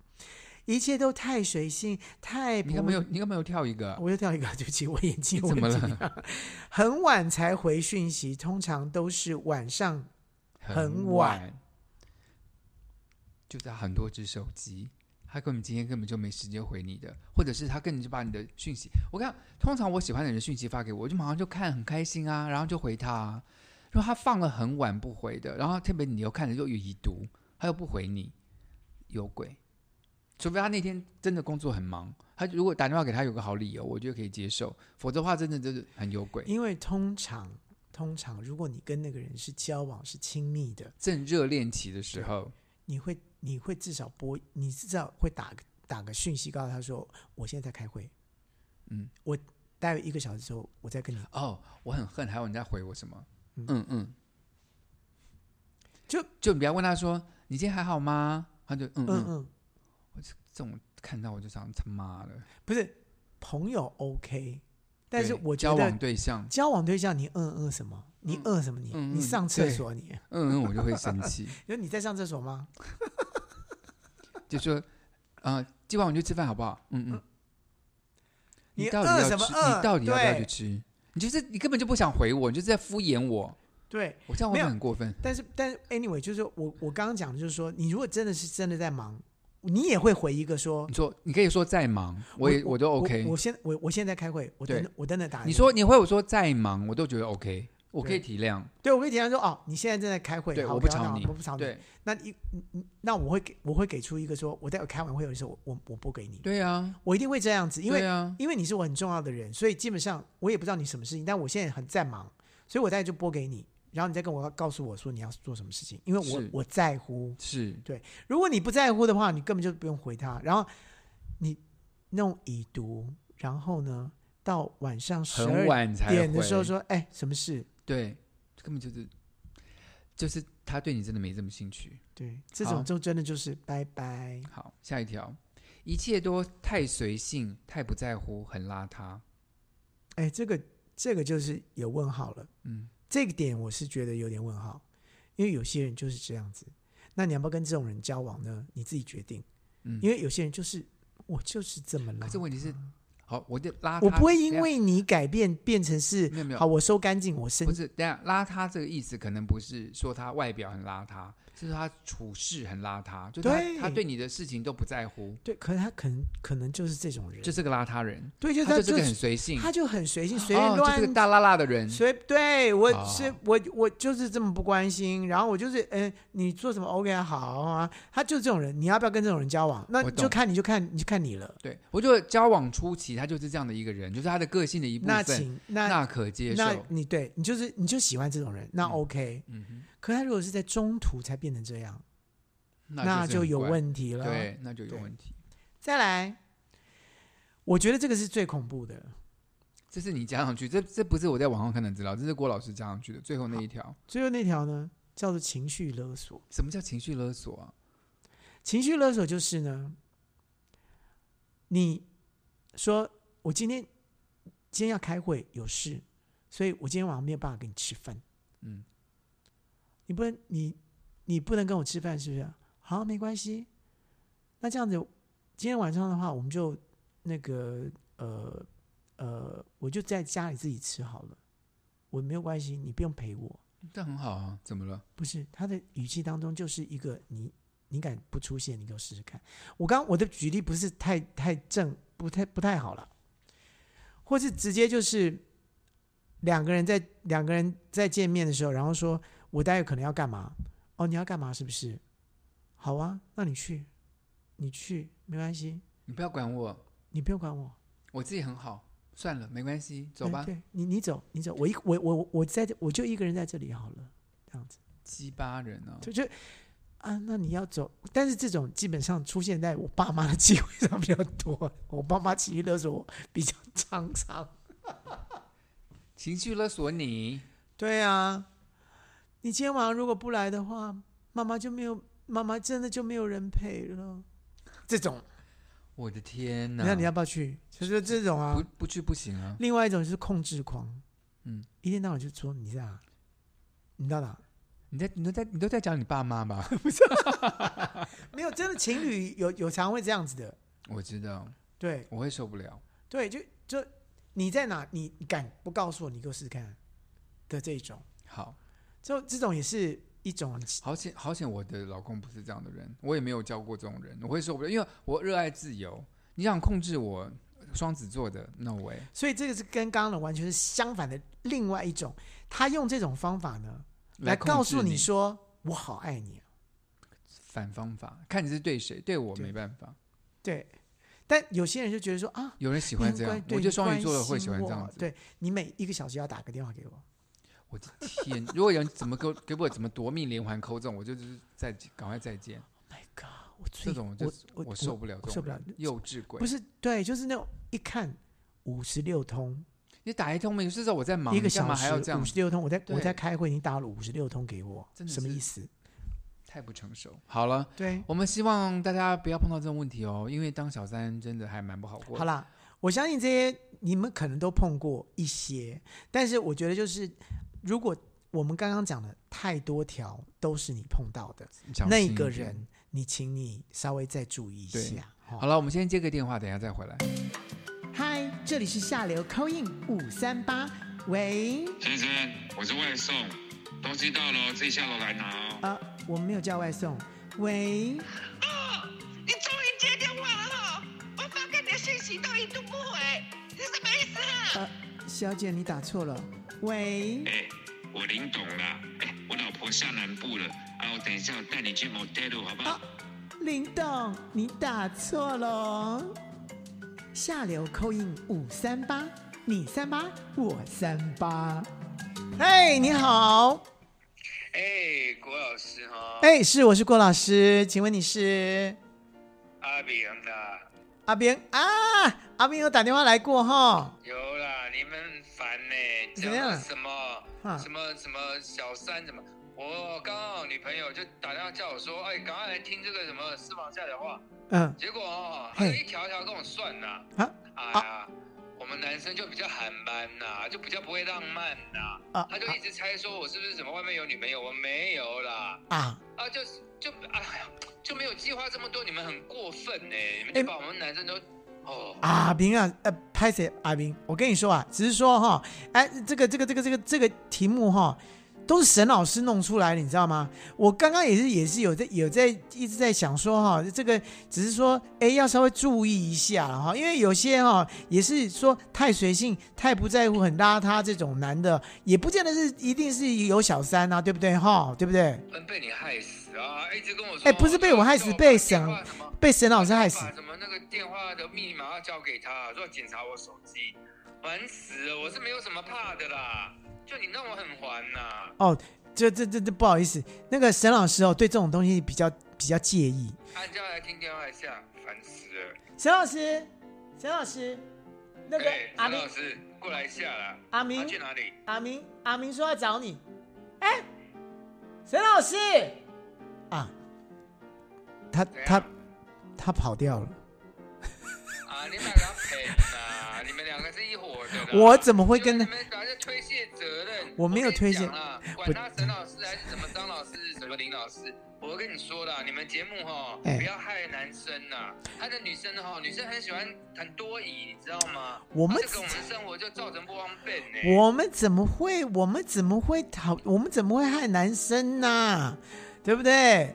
S1: 一切都太随性，太
S2: 你
S1: 不
S2: 干嘛有你干嘛有跳一个啊？
S1: 我又掉一个，对不起，我眼睛
S2: 你
S1: 有
S2: 怎么
S1: 问题
S2: 了？
S1: 很晚才回讯息，通常都是晚上，很晚
S2: 晚，就是他很多只手机，他根本今天根本就没时间回你的，或者是他根本就把你的讯息，我看通常我喜欢的人讯息发给我，我就马上就看，很开心啊，然后就回他、啊。如果他放了很晚不回的，然后特别你又看着又有已读，他又不回你，有鬼。除非他那天真的工作很忙，他如果打电话给他有个好理由，我觉得可以接受，否则的话真的就是很有鬼。
S1: 因为通常通常如果你跟那个人是交往是亲密的，
S2: 正热恋期的时候，
S1: 你会你会至少拨，你至少会打个打个讯息告诉他说，我现在在开会，
S2: 嗯，
S1: 我待会一个小时之后我再跟你，
S2: 哦，我很恨，还有人在回我什么？
S1: 嗯
S2: 嗯嗯，
S1: 就
S2: 就你不要问他说你今天还好吗？他就嗯
S1: 嗯
S2: 嗯，
S1: 嗯，
S2: 这种看到我就想他妈的。
S1: 不是朋友 OK，但是
S2: 对
S1: 我觉
S2: 交
S1: 得
S2: 往对象，
S1: 交往对象你嗯嗯什么？你
S2: 嗯
S1: 嗯什么你？
S2: 嗯
S1: 你
S2: 嗯
S1: 上厕
S2: 对
S1: 所你？
S2: 嗯 嗯，我就会生气，
S1: 就你在上厕所吗？
S2: 就说啊，呃今晚我们去吃饭好不好？嗯嗯。
S1: 你
S2: 到底要
S1: 饿什么嗯
S2: 吃？
S1: 饿
S2: 你到底要不要
S1: 对
S2: 去吃？你就是你根本就不想回我，你就是在敷衍我。
S1: 对，
S2: 我这样会
S1: 没
S2: 不
S1: 有
S2: 会很过分？
S1: 但是但是 anyway，就是我我刚刚讲的就是说，你如果真的是真的在忙，你也会回一个说
S2: 你，说你可以说在忙，我也我都 OK
S1: 我。我现我我现在在开会，我
S2: 对
S1: 等我等等打给
S2: 你说你回我说在忙，我都觉得 OK，我可以体谅。
S1: 对，我跟你讲说哦，你现在正在开会，
S2: 对
S1: 好
S2: 我
S1: 不
S2: 不
S1: 要
S2: 吵
S1: 闹
S2: 你
S1: 我不吵你。
S2: 对
S1: 那一嗯嗯那我会给我会给出一个说，我待会开完会的时候，我我我拨给你，
S2: 对啊，
S1: 我一定会这样子，因为
S2: 对啊，
S1: 因为你是我很重要的人，所以基本上我也不知道你什么事情，但我现在很在忙，所以我大概就拨给你，然后你再跟我告诉我说你要做什么事情，因为我
S2: 是
S1: 我在乎。
S2: 是
S1: 如果你不在乎的话，你根本就不用回他。然后你弄已读，然后呢，到晚上十
S2: 很
S1: 二
S2: 晚才回
S1: 点的时候说，哎，什么事？
S2: 对，根本就是就是他对你真的没这么兴趣。
S1: 对，这
S2: 好
S1: 种就真的就是拜拜。
S2: 好，下一条，一切都太随性，太不在乎，很邋遢。
S1: 哎，这个这个就是有问号了。
S2: 嗯，
S1: 这个点我是觉得有点问号，因为有些人就是这样子。那你要不要跟这种人交往呢？你自己决定。
S2: 嗯
S1: 因为有些人就是我就是这么
S2: 可
S1: 邋
S2: 是
S1: 遢，
S2: 问题是，好，我就邋遢，
S1: 我不会因
S2: 等
S1: 为你改变变成
S2: 一
S1: 是
S2: 下没有没有
S1: 好，我收干净，我生
S2: 不是，等一下邋遢这个意思，可能不是说他外表很邋遢，是说他处事很邋遢，就是他
S1: 对
S2: 他对你的事情都不在乎，
S1: 对。可是他可能可能就是这种人，
S2: 就是个邋遢人，
S1: 对，就是
S2: 他
S1: 他
S2: 就是
S1: 就
S2: 个很随性，
S1: 他就很随性，随
S2: 哦
S1: 便
S2: 就是
S1: 乱
S2: 个大拉拉的人，
S1: 所以对我
S2: 哦
S1: 是、我我就是这么不关心，然后我就是嗯、你做什么 OK 啊好啊，他就是这种人，你要不要跟这种人交往？那
S2: 我
S1: 你
S2: 懂
S1: 就看你就看你就看你了。
S2: 对我觉得交往初期他就是这样的一个人，就是他的个性的一部
S1: 那
S2: 分，
S1: 请那
S2: 那可接
S1: 那
S2: 受。
S1: 你对你就是你就喜欢这种人，那
S2: 嗯
S1: OK、
S2: 嗯哼，
S1: 可他如果是在中途才变成这样，
S2: 那
S1: 就是
S2: 很
S1: 有
S2: 怪，
S1: 问题了。，啊
S2: 对，那就有
S1: 对
S2: 问题。
S1: 再来，我觉得这个是最恐怖的。
S2: 这是你加上去，这这不是我在网上看的资料，这是郭老师加上去的最后那一条。
S1: 最后那条呢，叫做情绪勒索。
S2: 什么叫情绪勒索啊？
S1: 情绪勒索就是呢，你说我今天今天要开会有事，所以我今天晚上没有办法跟你吃饭。
S2: 嗯，
S1: 你不能你你不能跟我吃饭是不是？好，没关系。那这样子，今天晚上的话，我们就那个呃呃，我就在家里自己吃好了，我没有关系，你不用陪我。
S2: 这很好啊，怎么了？
S1: 不是他的语气当中就是一个你你敢不出现，你给我试试看。我刚我的举例不是太太正，不太不太好了，或是直接就是两个人在两个人在见面的时候，然后说我待会可能要干嘛？哦，你要干嘛是不是？好啊，那你去，你去没关系，
S2: 你不要管我，
S1: 你不用管我，
S2: 我自己很好，算了，没关系，走吧
S1: 嗯。对你你走你走，我一我我我在这我就一个人在这里好了，这样子。
S2: 鸡巴人啊！
S1: 就就啊，那你要走，但是这种基本上出现在我爸妈的机会上比较多。我爸妈情绪勒索我比较常常。
S2: 情绪勒索你，
S1: 对啊，你今天晚上如果不来的话，妈妈就没有，妈妈真的就没有人陪了。这种，
S2: 我的天哪！
S1: 那你要不要去？就是这种啊
S2: 不。不去不行啊！
S1: 另外一种就是控制狂，
S2: 嗯，
S1: 一天到晚就说你在哪，你到哪？
S2: 你在你都在你都在讲你爸妈吧？
S1: 没有，真的情侣有有常会这样子的，
S2: 我知道，
S1: 对。
S2: 我会受不了。
S1: 对，就就你在哪，你你敢不告诉我，你给我试试看的这一种，
S2: 好
S1: 就这种也是一种很奇，
S2: 好险好险，我的老公不是这样的人，我也没有教过这种人，我会受不了，因为我热爱自由。你想控制我，双子座的那我也
S1: 所以这个是跟刚刚的完全是相反的另外一种，他用这种方法呢来
S2: 控制
S1: 告诉
S2: 你
S1: 你说我好爱你啊，
S2: 反方法，看你是对谁，对我
S1: 对
S2: 没办法。
S1: 对，但有些人就觉得说啊。
S2: 有人喜
S1: 喜
S2: 欢这样，我觉得双鱼座的会喜欢这样子。
S1: 对你每一个小时要打个电话给我，
S2: 我的天！如果有人怎么给我给我怎么夺命连环扣这种，我就是再见赶快再见。
S1: God，我最
S2: 这种就
S1: 我
S2: 是
S1: 我
S2: 我受不了
S1: 我
S2: 这
S1: 受
S2: 种
S1: 不了
S2: 人，幼稚鬼
S1: 不。是对，就是那种一看五十六通，
S2: 你打一通没事，这时候我在忙，
S1: 一个
S2: 你干
S1: 小
S2: 嘛还要这
S1: 时
S2: 样
S1: 五？十六通，我在我
S2: 对
S1: 在开会，你打了五十六通给我，
S2: 真的
S1: 什么
S2: 是
S1: 意思？
S2: 太不成熟。好了，
S1: 对，
S2: 我们希望大家不要碰到这种问题哦，因为当小三真的还蛮不好过的。
S1: 好啦，我相信这些你们可能都碰过一些，但是我觉得就是，如果我们刚刚讲的太多条都是你碰到的
S2: 小心
S1: 那
S2: 一
S1: 个
S2: 点。
S1: 人，你请你稍微再注意一
S2: 对
S1: 下。好
S2: 好了，我们先接个电话，等一下再回来。
S1: 嗨，这里是下流 c i n 五三八，喂，
S3: 先生，我是外送，东西到了哦自己下楼来拿哦。
S1: 呃，我们没有叫外送，喂，
S4: 哦，你终于接电话了哈、我发给你的信息都一度不回，是什么意思啊？
S1: 呃，小姐你打错了，喂，
S3: 哎、我林董啦，哎、我老婆下南部了，啊，我等一下我带你去 motel 好不好？
S1: 啊林董你打错了哦，下流 c i 五三八，你三八我三八，嘿，你好，
S3: 哎、郭老师哈、哦，
S1: 哎，是我是郭老师，请问你是
S3: 阿明啦，
S1: 阿边啊？阿边有打电话来过哈？
S3: 有啦，你们烦呢、
S1: 怎么样讲
S3: 什么
S1: 啊
S3: 什么什么小三什么？我刚好女朋友就打电话叫我说，哎、赶快来听这个什么私房下的话。
S1: 嗯，
S3: 结果哦，
S1: 嘿
S3: 他就一条一条跟我算呐、
S1: 啊
S3: 啊，哎呀，我们男生就比较含慢呐、就比较不会浪漫呐、
S1: 啊
S3: 他就一直猜说我是不是什么外面有女朋友，我没有啦，
S1: 啊，
S3: 啊，就是就哎呀，就没有计划这么多，你们很过分呢、你们
S1: 哎
S3: 就把我们男生都哦，
S1: 阿斌啊，呃，拍谁？阿斌，我跟你说啊，只是说哈，哎，这个这个这个这个这个题目哈，都是沈老师弄出来的，你知道吗？我刚刚也是也是有在有在一直在想说哈，这个只是说哎要稍微注意一下了哈，因为有些哈也是说太随性、太不在乎、很邋遢这种男的，也不见得是一定是有小三啊，对不对哈？对不对？
S3: 嗯，被你害死啊！一直跟我说，
S1: 哎不是被我害死
S3: 叫把
S1: 被沈
S3: 电话什么
S1: 被沈老师害死
S3: 把。什么那个电话的密码要交给他，说要检查我手机，烦死了！我是没有什么怕的啦，就你让我很烦呐、
S1: 这这这这不好意思，那个沈老师哦，对这种东西比较比较介意。
S3: 按下来听电话一下，烦死了！
S1: 沈老师，沈老师，那个
S3: 哎
S1: 阿
S3: 陈
S1: 明
S3: 老，师过来一下啦。
S1: 阿
S3: 他
S1: 明
S3: 去，哪里？
S1: 阿明，阿明说要找你。哎，沈老师，啊，他
S3: 怎样
S1: 他他跑掉了，
S3: 啊，你们两个配呐，你们两个是一伙的啦。
S1: 我怎么会跟
S3: 啊你
S1: 他？
S3: 们赶快推卸责任？
S1: 我没有推卸
S3: 我跟你讲啊啦，管他沈老师还是什么张老师，什么林老师，我跟你说啦，你们节目哈、
S1: 哎
S3: 不要害男生呐、害的女生哈、女生很喜欢很多疑，你知道吗？
S1: 我们
S3: 这跟我们生活就造成不方便呢、
S1: 我们怎么会？我们怎么会讨？我们怎么会害男生呢、对不对？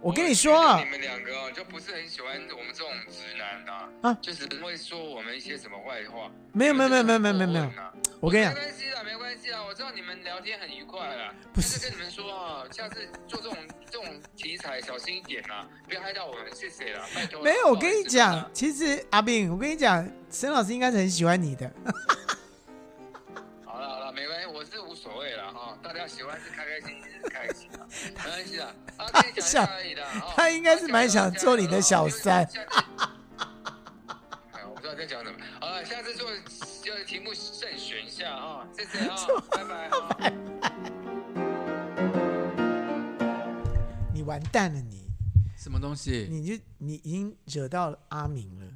S1: 我跟你说
S3: 觉
S1: 啊
S3: 得，你们两个哦，就不是很喜欢我们这种直男呐、
S1: 啊
S3: 就是会说我们一些什么坏话。
S1: 没有没有没有没有没有没有没有
S3: 啊，
S1: 我跟你讲
S3: 没，关系啦，没关系啦，我知道你们聊天很愉快啦。
S1: 不
S3: 但是
S1: 是
S3: 跟你们说啊，下次做这种这种题材小心一点啦，不要害到我们，谢谢啦，拜托啦。
S1: 没有，我跟你
S3: 不好意
S1: 讲
S3: 思，
S1: 其实阿炳，我跟你讲，沈老师应该是很喜欢你的。
S3: 啦，好了好了，没关系，我是无所谓了哈，大家喜欢是开开心心是开心 啦，没关系啦。啊，跟你讲一下而已啦。哦
S1: 他应该是蛮想做你的小三。
S3: 下次 哎我不知道在讲什么，好了，下次做就是题目慎选一下啊，谢谢啊，拜拜啊。
S1: 你完蛋了你，
S2: 什么东西？
S1: 你就你已经惹到了阿明了。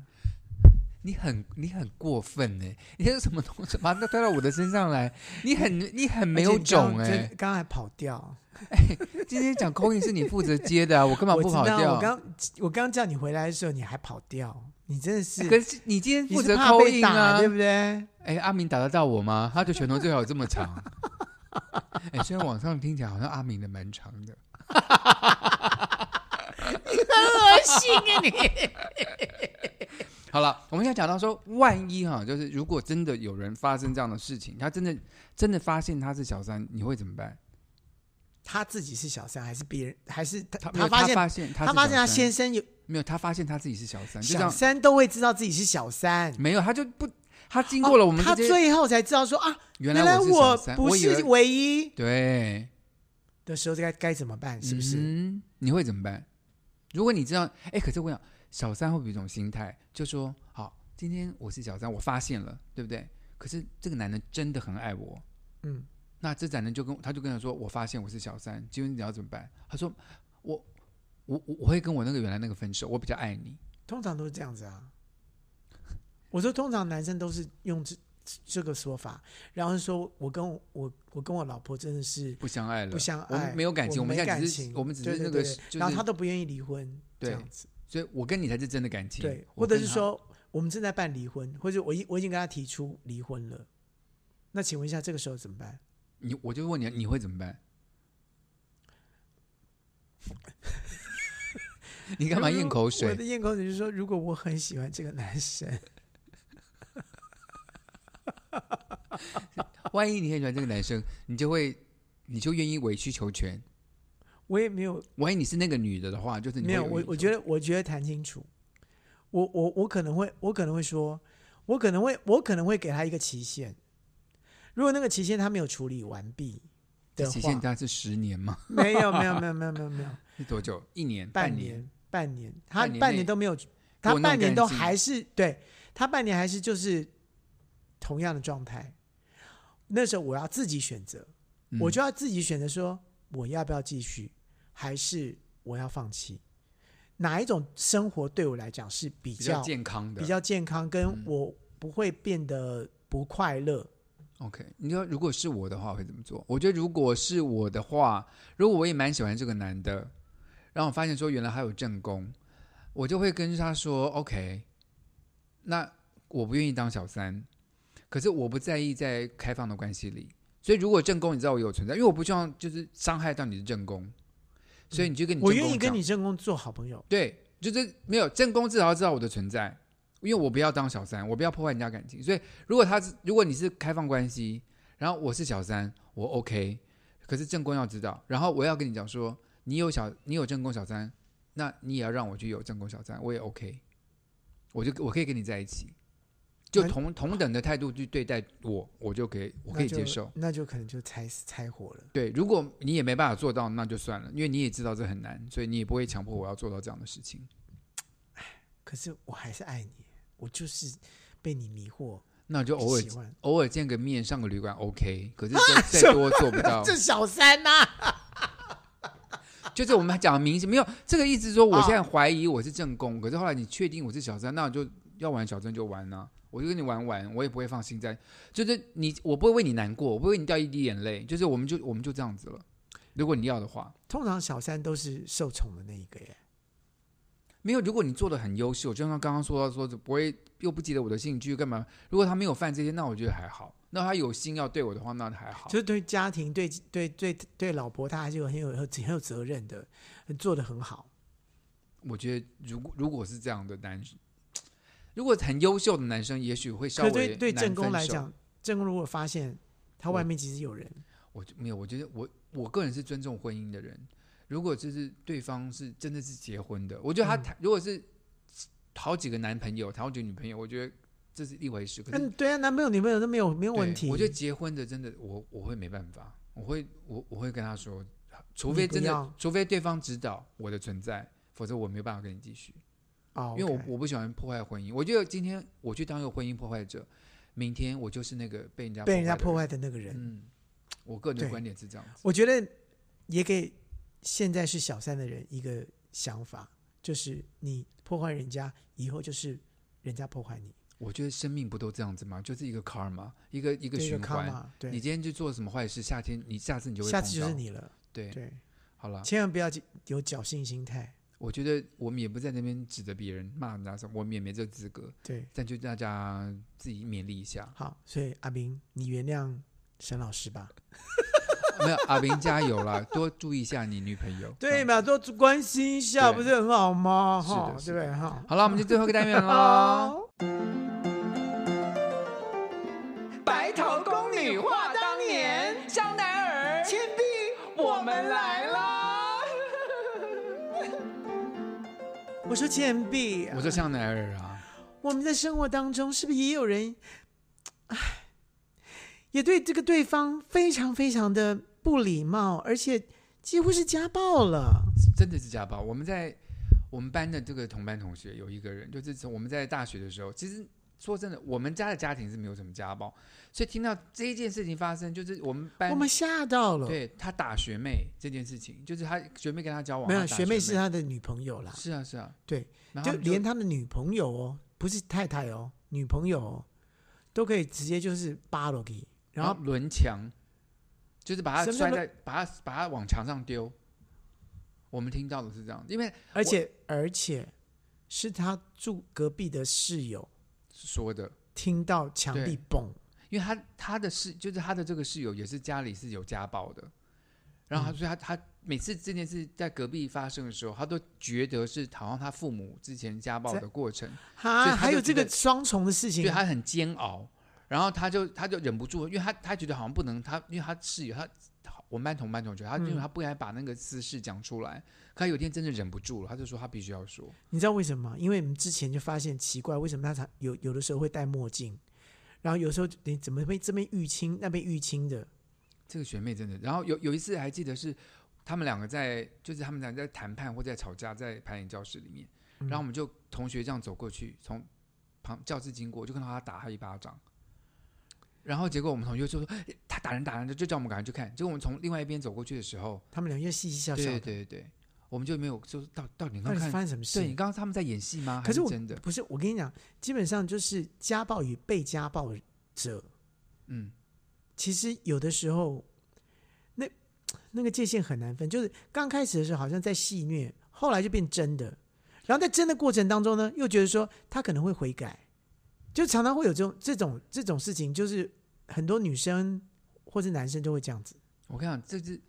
S2: 你很你很过分哎！你是什么东西，把它推到我的身上来？你很你很没有种
S1: 而且你刚
S2: 哎！
S1: 刚刚还跑掉，
S2: 今天讲口音是你负责接的、啊，我干嘛
S1: 我
S2: 不
S1: 知
S2: 跑
S1: 道
S2: 掉？
S1: 我刚我刚叫你回来的时候，你还跑掉，你真的是，
S2: 可是你今天
S1: 你
S2: 负
S1: 是
S2: 责
S1: 怕
S2: 口
S1: 被
S2: 音
S1: 打、
S2: 啊
S1: 对！不对？
S2: 哎，阿明打得到我吗？他的拳头最好有这么长。 哎，虽然网上听起来好像阿明的蛮长 的，
S1: 恶心啊你！
S2: 好了，我们现在讲到说，万一哈，就是如果真的有人发生这样的事情，他真的真的发现他是小三，你会怎么办？
S1: 他自己是小三还是别人？还是他
S2: 没有
S1: 发现
S2: 发现他
S1: 他发现他
S2: 先
S1: 先生有
S2: 没有，他发现他自己是小三，就
S1: 小
S2: 像
S1: 三都会知道自己是小三。哦
S2: 没有，他就不，他经过了我们
S1: 他
S2: 这些，
S1: 最后才知道说啊，
S2: 原
S1: 原来
S2: 我是小
S1: 我
S2: 三，
S1: 不
S2: 我以
S1: 是
S2: 为
S1: 唯一
S2: 对，
S1: 的时候该该怎么办？是不是？
S2: 嗯哼你会怎么办？如果你知道，哎，可是我想小三会不会有一种心态，就说好，今天我是小三，我发现了，对不对？可是这个男的真的很爱我，
S1: 嗯，
S2: 那这男人就跟他就跟他说，我发现我是小三，今天你要怎么办？他说我我我我会跟我那个原来那个分手，我比较爱你。
S1: 通常都是这样子啊。我说，通常男生都是用这这个说法，然后说我跟我我我跟我老婆真的是
S2: 不相爱了，
S1: 不相
S2: 我
S1: 爱，
S2: 们没有感情，我
S1: 我
S2: 们
S1: 没
S2: 现在
S1: 感
S2: 只是
S1: 情，
S2: 我们只是
S1: 对
S2: 那
S1: 对
S2: 个，
S1: 对
S2: 就是
S1: 然后他都不愿意离婚，这
S2: 对
S1: 样子，
S2: 所以我跟你才是真的感情，
S1: 对，
S2: 我
S1: 或者
S2: 跟
S1: 是
S2: 他
S1: 说我们正在办离婚，或者我已我已经跟他提出离婚了，那请问一下，这个时候怎么办？
S2: 你，我就问你，你会怎么办？ 你干嘛
S1: 如
S2: 咽口
S1: 我
S2: 水
S1: 的？咽口水就是说，如果我很喜欢这个男生，
S2: 万一你很喜欢这个男生，你就会，你就愿意委曲求全。
S1: 我也没有
S2: 万一你是那个女的的话，就是你
S1: 没有，我我觉
S2: 得
S1: 得我觉得谈清楚，我我我可能会我可能会说，我可能会我可能会给他一个期限，如果那个期限他没有处理完毕的
S2: 期
S1: 话，
S2: 限大概是十年吗？
S1: 没有没有没有没有没有 没有
S2: 是多久？一年？
S1: 半
S2: 年？
S1: 年半年，他
S2: 半年
S1: 半
S2: 内
S1: 年都没有，他
S2: 弄
S1: 半年
S2: 干
S1: 都
S2: 净
S1: 还是对他半年还是就是同样的状态，那时候我要自己选择，
S2: 嗯
S1: 我就要自己选择说我要不要继续，还是我要放弃，哪一种生活对我来讲是比
S2: 比较
S1: 较
S2: 健康的，嗯
S1: 比较健康，跟我不会变得不快乐。
S2: OK，你说如果是我的话，我会怎么做？我觉得如果是我的话，如果我也蛮喜欢这个男的，然后我发现说原来还有正宫，我就会跟他说 OK，那我不愿意当小三，可是我不在意在开放的关系里，所以如果正宫你知道我有存在，因为我不希望就是伤害到你的正宫，所以你就跟你
S1: 我
S2: 正
S1: 愿
S2: 宫
S1: 意跟
S2: 讲
S1: 你正宫做好朋友，
S2: 对，就是没有正宫至少要知道我的存在，因为我不要当小三，我不要破坏人家感情。所以如果他是如果你是开放关系，然后我是小三，我 OK，可是正宫要知道，然后我要跟你讲说，你有小你有正宫小三，那你也要让我去有正宫小三，我也 OK，我就我可以跟你在一起。就
S1: 那
S2: 同同等的态度去对待我，我就可以，我可以
S1: 那就
S2: 接受。
S1: 那就可能就拆拆火了。
S2: 对，如果你也没办法做到，那就算了，因为你也知道这很难，所以你也不会强迫我要做到这样的事情。
S1: 可是我还是爱你，我就是被你迷惑，
S2: 那就偶尔
S1: 喜欢。
S2: 偶尔见个面，上个旅馆 OK，可是再再多做不到。
S1: 这小三啊呐、
S2: 就是我们讲明星没有这个意思，说我
S1: 啊
S2: 现在怀疑我是正宫，可是后来你确定我是小三，那我就要玩小三就玩啊，我就跟你玩玩，我也不会放心在，就是你我不会为你难过，我不会为你掉一滴眼泪，就是我们就我们就这样子了。如果你要的话，
S1: 通常小三都是受宠的那一个耶。
S2: 没有，如果你做的很优秀，就像刚刚说到说不会又不记得我的兴趣干嘛？如果他没有犯这些，那我觉得还好。那他有心要对我的话，那还好。
S1: 就是对家庭、对对对对老婆，他还是有很有很有责任的，做的很好。
S2: 我觉得如果如果是这样的男生，如果很优秀的男生，也许会稍
S1: 可
S2: 微
S1: 是对对
S2: 难
S1: 正宫
S2: 分
S1: 来
S2: 手，
S1: 讲，正宫如果发现他外面其实有人，
S2: 我就没有，我觉得我我个人是尊重婚姻的人。如果就是对方是真的是结婚的，我觉得他、
S1: 嗯
S2: 谈如果是好几个男朋友、好几个女朋友，我觉得这是一回事。可是
S1: 嗯，对啊，男朋友女朋友都没有没有
S2: 对
S1: 问题。
S2: 我觉得结婚的真的，我我会没办法，我会我我会跟他说，除
S1: 你
S2: 非
S1: 不
S2: 真的
S1: 要，
S2: 除非对方知道我的存在，否则我没有办法跟你继续。
S1: 哦，
S2: 因为我
S1: OK
S2: 我不喜欢破坏婚姻。我觉得今天我去当一个婚姻破坏者，明天我就是那个被人家
S1: 被人家
S2: 的
S1: 破
S2: 人。
S1: 坏的那个人，
S2: 嗯，我个人的
S1: 对
S2: 观点是这样子。
S1: 我觉得也给现在是小三的人一个想法，就是你破坏人家，以后就是人家破坏你，
S2: 我觉得生命不都这样子吗？就是一个 karma，一个一个
S1: 对一个
S2: 循环。
S1: karma，对，
S2: 你今天去做什么坏事，夏天你下次你就会
S1: 下次
S2: 碰
S1: 就是
S2: 到。
S1: 你了，
S2: 对，
S1: 对，
S2: 好了，
S1: 千万不要有侥幸心态，
S2: 我觉得我们也不在那边指责别人骂人家什么，我们也没这个资格。
S1: 对，。
S2: 但就大家自己勉励一下
S1: 好，所以阿斌，你原谅沈老师吧，
S2: 没有阿明加油啦，多注意一下你女朋友。
S1: 对
S2: 嗯
S1: 嘛，多关心一下，
S2: 对
S1: 不是很好吗？
S2: 是的
S1: 哈，
S2: 是
S1: 对不对？哈，
S2: 好了，我们就最后一 个单元喽。
S1: 好，
S5: 白头宫女话当年，香奈儿、倩碧，我们来啦！
S1: 我说倩碧，
S2: 我说香奈儿啊。
S1: 我们在生活当中是不是也有人，唉，也对这个对方非常非常的不礼貌，而且几乎是家暴了？
S2: 真的是家暴。我们在我们班的这个同班同学有一个人，就是从我们在大学的时候，其实说真的，我们家的家庭是没有什么家暴，所以听到这一件事情发生，就是我们班
S1: 我们吓到了。
S2: 对他打学妹这件事情，就是他学妹跟他交往，
S1: 没有，
S2: 他打
S1: 学妹
S2: 妹
S1: 是他的女朋友啦，
S2: 是啊是啊，
S1: 对，
S2: 然后
S1: 就
S2: 他们
S1: 连他的女朋友哦，不是太太哦，女朋友哦，都可以直接就是扒了给，然
S2: 然后
S1: 后
S2: 轮墙，就是把
S1: 什
S2: 他
S1: 么
S2: 摔
S1: 叫
S2: 在，把他把他往墙上丢。我们听到的是这样，因为
S1: 而且而且是他住隔壁的室友
S2: 说的，
S1: 听到墙壁
S2: 对
S1: 嘣，
S2: 因为他他的室就是他的这个室友也是家里是有家暴的，然
S1: 嗯
S2: 后他、所以他他每次这件事在隔壁发生的时候，他都觉得是好像他父母之前家暴
S1: 在
S2: 的过程，所以
S1: 哈，
S2: 他
S1: 还
S2: 就
S1: 有这
S2: 觉
S1: 个
S2: 得
S1: 双重的事
S2: 所
S1: 情
S2: 以，他很煎熬，然后他就他就忍不住，因为他他觉得好像不能他，因为他室友他我们班同班同学，他因为
S1: 嗯
S2: 他不该把那个私事讲出来，可他有一天真的忍不住了，他就说他必须要说，
S1: 你知道为什么吗？因为我们之前就发现奇怪，为什么他常有有的时候会戴墨镜，然后有时候你怎么会这边淤青那边淤青的？
S2: 这个学妹真的。然后有有一次还记得是他们两个在，就是他们俩在谈判或在吵架，在排演教室里面，
S1: 嗯
S2: 然后我们就同学这样走过去，从旁教室经过，就看到他打他一巴掌。然后结果我们同学就说哎他打人打人，就叫我们赶快去看。结果我们从另外一边走过去的时候，
S1: 他们俩又嘻嘻笑笑
S2: 对
S1: 的，
S2: 对对，我们就没有就是到到底你
S1: 到
S2: 刚
S1: 底
S2: 刚
S1: 是发
S2: 看，
S1: 生什么
S2: 对你
S1: 事？
S2: 刚刚他们在演戏吗？
S1: 可是
S2: 还
S1: 我
S2: 真的，
S1: 不是，我跟你讲，基本上就是家暴与被家暴者，
S2: 嗯，
S1: 其实有的时候那那个界限很难分，就是刚开始的时候好像在戏虐，后来就变真的，然后在真的过程当中呢，又觉得说他可能会悔改，就常常会有这种这种这种事情，就是很多女生或是男生就会这样子。
S2: 我跟你讲，这是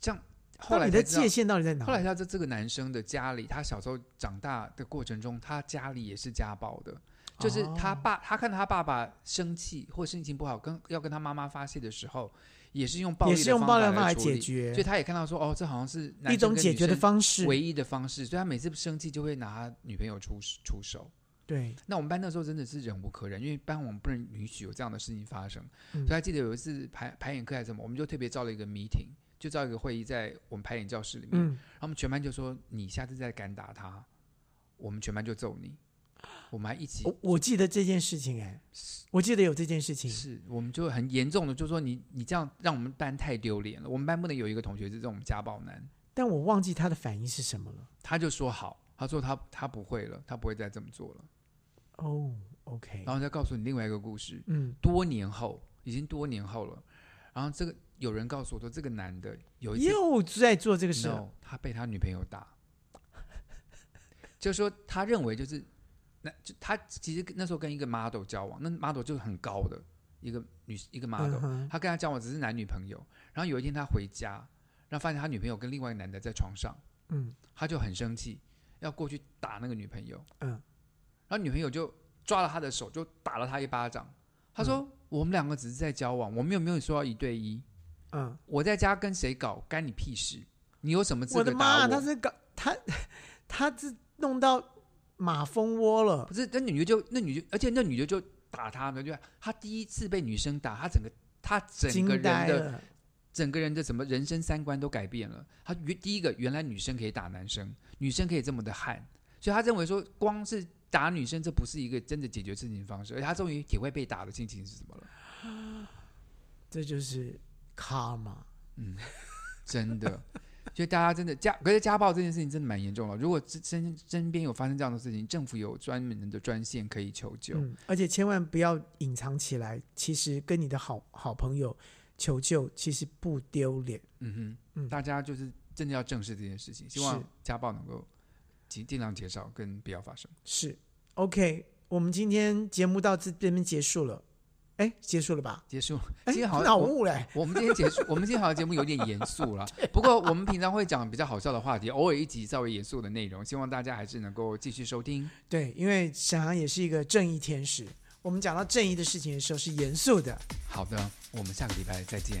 S2: 这样。后
S1: 到
S2: 来
S1: 底的
S2: 才知道
S1: 界限到底在哪？
S2: 后来他在这个男生的家里，他小时候长大的过程中，他家里也是家暴的，就是
S1: 哦
S2: 他爸，他看到他爸爸生气或心情不好，跟要跟他妈妈发泄的时时候，也是用暴力
S1: 也
S2: 的
S1: 是用
S2: 方
S1: 暴力的方法
S2: 来
S1: 来
S2: 处理
S1: 解，决
S2: 所以，他也看到说，哦，这好像是男
S1: 一
S2: 生
S1: 种
S2: 跟
S1: 解
S2: 女
S1: 决的
S2: 生
S1: 方式。
S2: 唯一的方式，所以他每次生气就会拿他女朋友出出手。
S1: 对，
S2: 那我们班那时候真的是忍无可忍，因为班我们不能允许有这样的事情发生。
S1: 嗯
S2: 所以还记得有一次排排演课还是什么，我们就特别召了一个 meeting，就召一个会议在我们排演教室里面。
S1: 嗯，
S2: 然后我们全班就说：“你下次再敢打他，我们全班就揍你。”我们还一起
S1: 我我记得这件事情，哎，我记得有这件事情，
S2: 是，我们就很严重的就说你你这样让我们班太丢脸了，我们班不能有一个同学是这种家暴男。
S1: 但我忘记他的反应是什么了。
S2: 他就说好，他说他他不会了，他不会再这么做了。
S1: 哦，OK，
S2: 然后再告诉你另外一个故事，
S1: 嗯，
S2: 多年后，已经多年后了。然后这个有人告诉我说，这个男的有一次
S1: 又在做这个事了，
S2: no，他被他女朋友打，就说他认为就是，那就他其实那时候跟一个 model 交往，那 model 就是很高的一个女一个 model，、
S1: 嗯哼
S2: 他跟他交往只是男女朋友，然后有一天他回家，然后发现他女朋友跟另外一个男的在床上，
S1: 嗯，
S2: 他就很生气，要过去打那个女朋友，
S1: 嗯，
S2: 然后女朋友就抓了他的手，就打了他一巴掌，
S1: 嗯
S2: 他说、我们两个只是在交往，我们有没有说要一对一？
S1: 嗯，
S2: 我在家跟谁搞，干你屁事！你有什么资
S1: 我
S2: 格
S1: 的
S2: 打
S1: 妈，
S2: 我？
S1: 他是搞他他是弄到马蜂窝了
S2: 不，是，那女的就那女的，而且那女的就打他嘛，就他第一次被女生打，他整个他整个
S1: 惊
S2: 人
S1: 呆
S2: 的
S1: 了，
S2: 整个人的什么人生三观都改变了。他原第一个原来女生可以打男生，女生可以这么的悍，所以他认为说光是打女生这不是一个真的解决事情的方式，而且他终于体会被打的心情是什么了。
S1: 这就是卡嘛。
S2: 真的。所以大家真的家，可是家暴这件事情真的蛮严重了。如果身身身边有发生这样的事情，政府有专门的专线可以求救。
S1: 嗯，而且千万不要隐藏起来，其实跟你的好好朋友求救，其实不丢脸。
S2: 嗯哼，
S1: 嗯
S2: 大家就是真的要正视这件事情，希望家暴能够尽尽量减少跟不要发生。
S1: 是，OK，我们今天节目到这边结束了，哎，结束了吧？
S2: 结束，
S1: 哎
S2: 今天，好像
S1: 脑
S2: 我
S1: 雾嘞，
S2: 我们今天结束，我们今天好像节目有点严 肃了。
S1: 啊
S2: 不过我们平常会讲比较好笑的话题，偶尔一集稍微严肃的内容，希望大家还是能够继续收听。
S1: 对，因为沈航也是一个正义天使，我们讲到正义的事情的时候是严肃的。
S2: 好的，我们下个礼拜再见，